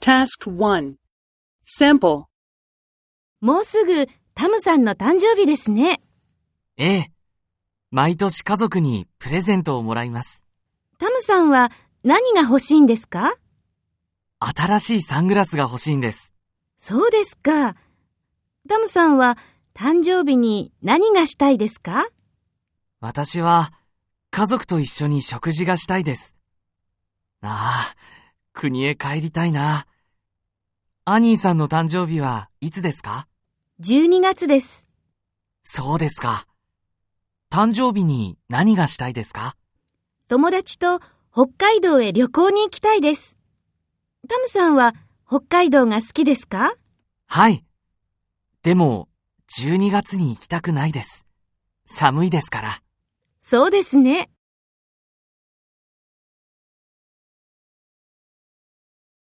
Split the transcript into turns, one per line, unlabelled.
Task 1. Sample.
もうすぐタムさんの誕生日ですね。
ええ。毎年家族にプレゼントをもらいます。
タムさんは何が欲しいんですか
新しいサングラスが欲しいんです。
そうですか。タムさんは誕生日に何がしたいですか
私は家族と一緒に食事がしたいです。ああ、国へ帰りたいな。アニーさんの誕生日はいつですか
?12 月です。
そうですか。誕生日に何がしたいですか
友達と北海道へ旅行に行きたいです。タムさんは北海道が好きですか
はい。でも、12月に行きたくないです。寒いですから。
そうですね。